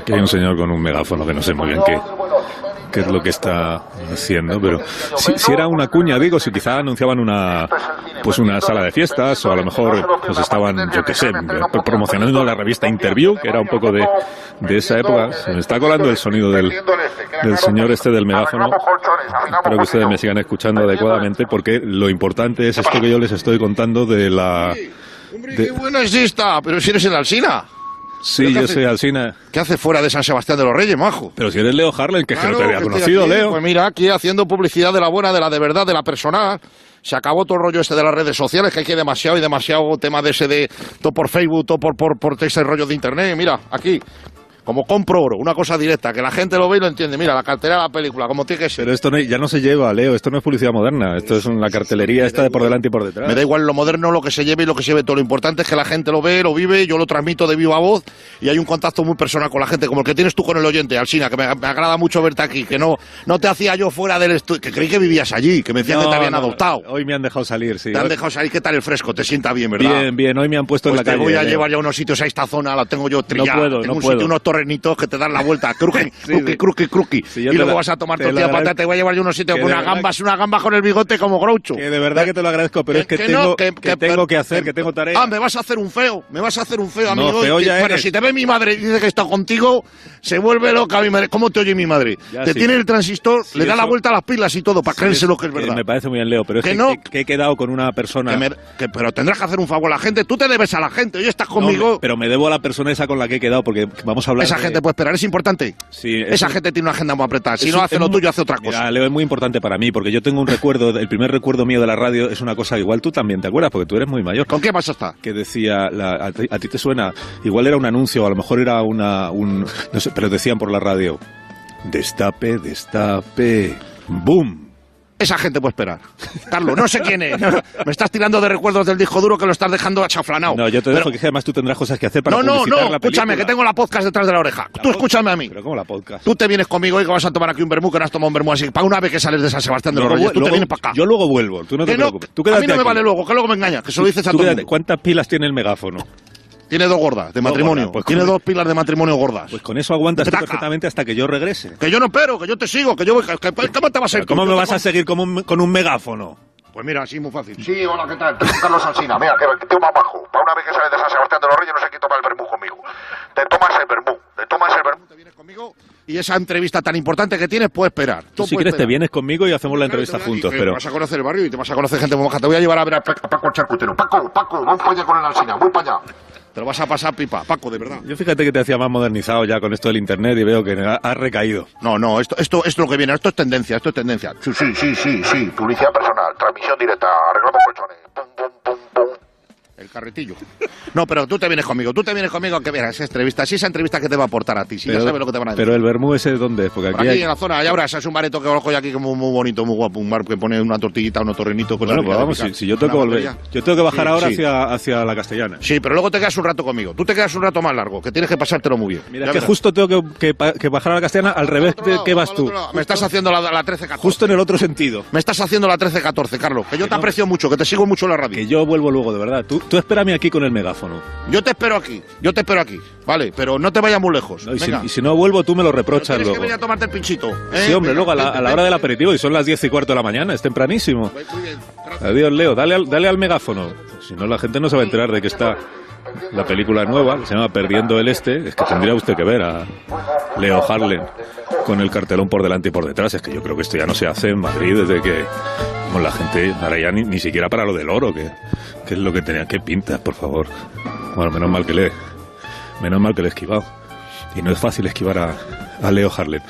Aquí hay un señor con un megáfono que no sé muy bien qué, qué es lo que está haciendo, pero si, si era una cuña, digo, si quizá anunciaban una pues una sala de fiestas o a lo mejor pues estaban, yo qué sé, pro- promocionando la revista Interview, que era un poco de, de esa época. Se me está colando el sonido del, del señor este del megáfono. Espero que ustedes me sigan escuchando adecuadamente porque lo importante es esto que yo les estoy contando de la... Hombre, De- qué bueno es esta, pero si eres el Alsina. Sí, yo soy Alsina, ¿Qué hace fuera de San Sebastián de los Reyes, majo? pero si eres Leo Harlan, que, es que no te Claro, había que estoy conocido, aquí, Leo. Pues mira, aquí haciendo publicidad de la buena, de la de verdad, de la personal. Se acabó todo el rollo este de las redes sociales, que hay que demasiado y demasiado tema de ese de todo por Facebook, todo por, por, por ese rollo de internet. Mira, aquí, como compro oro, una cosa directa, que la gente lo ve y lo entiende. Mira, la cartera de la película, como tiene que ser. Pero esto no- ya no se lleva, Leo, esto no es publicidad moderna, esto es la cartelería esta de por delante y por detrás. Me da igual lo moderno, lo que se lleve y lo que se lleve todo. Lo importante es que la gente lo ve, lo vive, yo lo transmito de viva voz y hay un contacto muy personal con la gente, como el que tienes tú con el oyente, Alsina, que me, me agrada mucho verte aquí, que no, no te hacía yo fuera del estudio, que creí que vivías allí, que me decían que te habían No, no, adoptado. Hoy me han dejado salir, sí. Te han Hoy- dejado salir, ¿qué tal el fresco? Te sienta bien, ¿verdad? Bien, bien, hoy me han puesto Pues en la te calle. voy a Leo. llevar ya unos sitios a esta zona, la tengo yo trillada. puedo, tengo no un puedo. sitio, unos torrenitos que te dan la vuelta, crujen, sí. cruqui, cruqui, cruqui. Sí, y yo te luego lo- vas a tomar te lo tortilla de agrade- patata, te voy a llevar yo unos sitios que con de unas verdad- gambas, una gamba con el bigote como Groucho. Que de verdad que te lo agradezco, pero es que, no, tengo, que, tengo que hacer, que tengo tarea. Ah, me vas a hacer un feo, me vas a hacer un feo, No, amigo. feo Que- ya bueno, eres. si te ve mi madre y dice que está contigo, se vuelve loca mi madre. ¿Cómo te oye mi madre? Ya, te sí. tiene el transistor, Sí, le da la eso- vuelta a las pilas y todo, para creerse lo que es verdad. me parece muy bien, Leo, pero es Que que, no. que- que he quedado con una persona. Que me- que- pero tendrás que hacer un favor a la gente, tú te debes a la gente, hoy estás No, me- conmigo. pero me debo a la persona esa con la que he quedado, porque vamos a hablar. Esa de- gente puede esperar, es importante. Sí, es- Esa gente tiene una agenda muy apretada. Si es- no es hace lo muy- tuyo, hace otra cosa. Mira, Leo, es muy importante para mí, porque yo tengo un recuerdo, el primer recuerdo mío de la radio es una cosa que igual tú también te acuerdas, porque tú eres muy mayor. ¿Con qué vas a estar? que decía, la- a, ti, a ti te suena, igual era un anuncio, a lo mejor era una, un, no sé, pero decían por la radio, destape, destape, boom. Esa gente puede esperar. Carlos, no sé quién es. Me estás tirando de recuerdos del disco duro que lo estás dejando achaflanado. No, yo te Pero- dejo que además tú tendrás cosas que hacer para No, no, publicitar no, la escúchame, película. que tengo la podcast detrás de la oreja. Tú escúchame a mí. Pero como la podcast. Tú te vienes conmigo y que vas a tomar aquí un vermú, que no has tomado un vermú así. Para una vez que sales de San Sebastián de los Luego Reyes, vu- tú te luego- vienes para acá. Yo luego vuelvo, tú no Que te no, preocupes. Tú a quédate mí no me aquí. vale luego, que luego me engañas, que se lo dices a Tú todo el quédate. mundo. ¿Cuántas pilas tiene el megáfono? Tiene dos gordas Dos de matrimonio. gordas, pues Tiene con- dos pilas de matrimonio gordas. Pues con eso aguantas tú Taca. perfectamente hasta que yo regrese. que yo no espero, que yo te sigo, que yo voy. Que, que- ¿Cómo te vas a ir? Pero ¿Cómo tú? me Yo te vas a con- seguir con un, con un megáfono? Pues mira, así muy fácil. Sí, hola, ¿qué tal? Soy Carlos Alsina. Mira, que que te un abajo. Para una vez que sales de San Sebastián de los Reyes, no sé quién toma el vermú conmigo. Te tomas el vermú. Te tomas el vermú. Tú vienes conmigo y esa entrevista tan importante que tienes puede esperar. Tú si quieres te vienes conmigo y hacemos la entrevista juntos, pero... Vas a conocer el barrio y te vas a conocer gente muy baja. Te voy a llevar a ver a Paco, A Paco el charcutero. Paco, Paco, vamos para allá con el Alsina. Voy para allá. Te lo vas a pasar pipa, Paco, de verdad. Yo fíjate que te hacía más modernizado ya con esto del internet y veo que ha- has recaído. No, no, esto, esto, esto es lo que viene, esto es tendencia, esto es tendencia. Sí, sí, sí, sí, sí. Publicidad personal. Transmisión directa. Arreglamos colchones. Pum, pum, pum, pum. El carretillo. No, pero tú te vienes conmigo, tú te vienes conmigo que verás esa entrevista, si esa entrevista que te va a aportar a ti, si ya sabes lo que te van a decir. Pero el vermú ese dónde es, porque Por aquí, aquí hay- en la zona, ya habrás, es un bareto que conozco yo aquí que muy, muy bonito, muy guapo, un bar que pone una tortillita, unos torrenitos. cosas Bueno, ricas pues de vamos, picar. si, si yo tengo que Una volver. batería. Yo tengo que bajar Sí, ahora sí. hacia, hacia la castellana. Sí, pero luego te quedas un rato conmigo, tú te quedas un rato más largo, que tienes que pasártelo muy bien. Mira, Ya es que verás. justo tengo que, que pa- que bajar a la castellana al revés Otro de lado, que vas al tú. otro lado. Me estás haciendo la, la 13-14. Justo en el otro sentido. Me estás haciendo la 13-14, Carlos. Que yo te aprecio mucho, que te sigo mucho en la radio. Que yo vuelvo luego, de verdad. Tú, tú espérame aquí con el megáfono. Yo te espero aquí, yo te espero aquí. Vale, pero no te vayas muy lejos. ¿no? Y, si, Venga. y si no vuelvo, tú me lo Pero reprochas tienes que luego. venir a tomarte el pinchito. ¿eh? Sí, hombre, Venga, luego a la, vente, a la hora del vente. aperitivo y son las diez y cuarto de la mañana, es tempranísimo. Muy bien, gracias. Adiós, Leo. Dale al, dale al megáfono. Si no, la gente no se va a enterar de que está la película nueva, que se llama Perdiendo el Este. Es que tendría usted que ver a Leo Harlem con el cartelón por delante y por detrás. Es que yo creo que esto ya no se hace en Madrid desde que bueno, la gente, ahora ya ni, ni siquiera para lo del oro, que, que es lo que tenía. que pintas, por favor? Bueno, menos mal que le, menos mal que le he esquivado. Y no es fácil esquivar a, a Leo Harlem.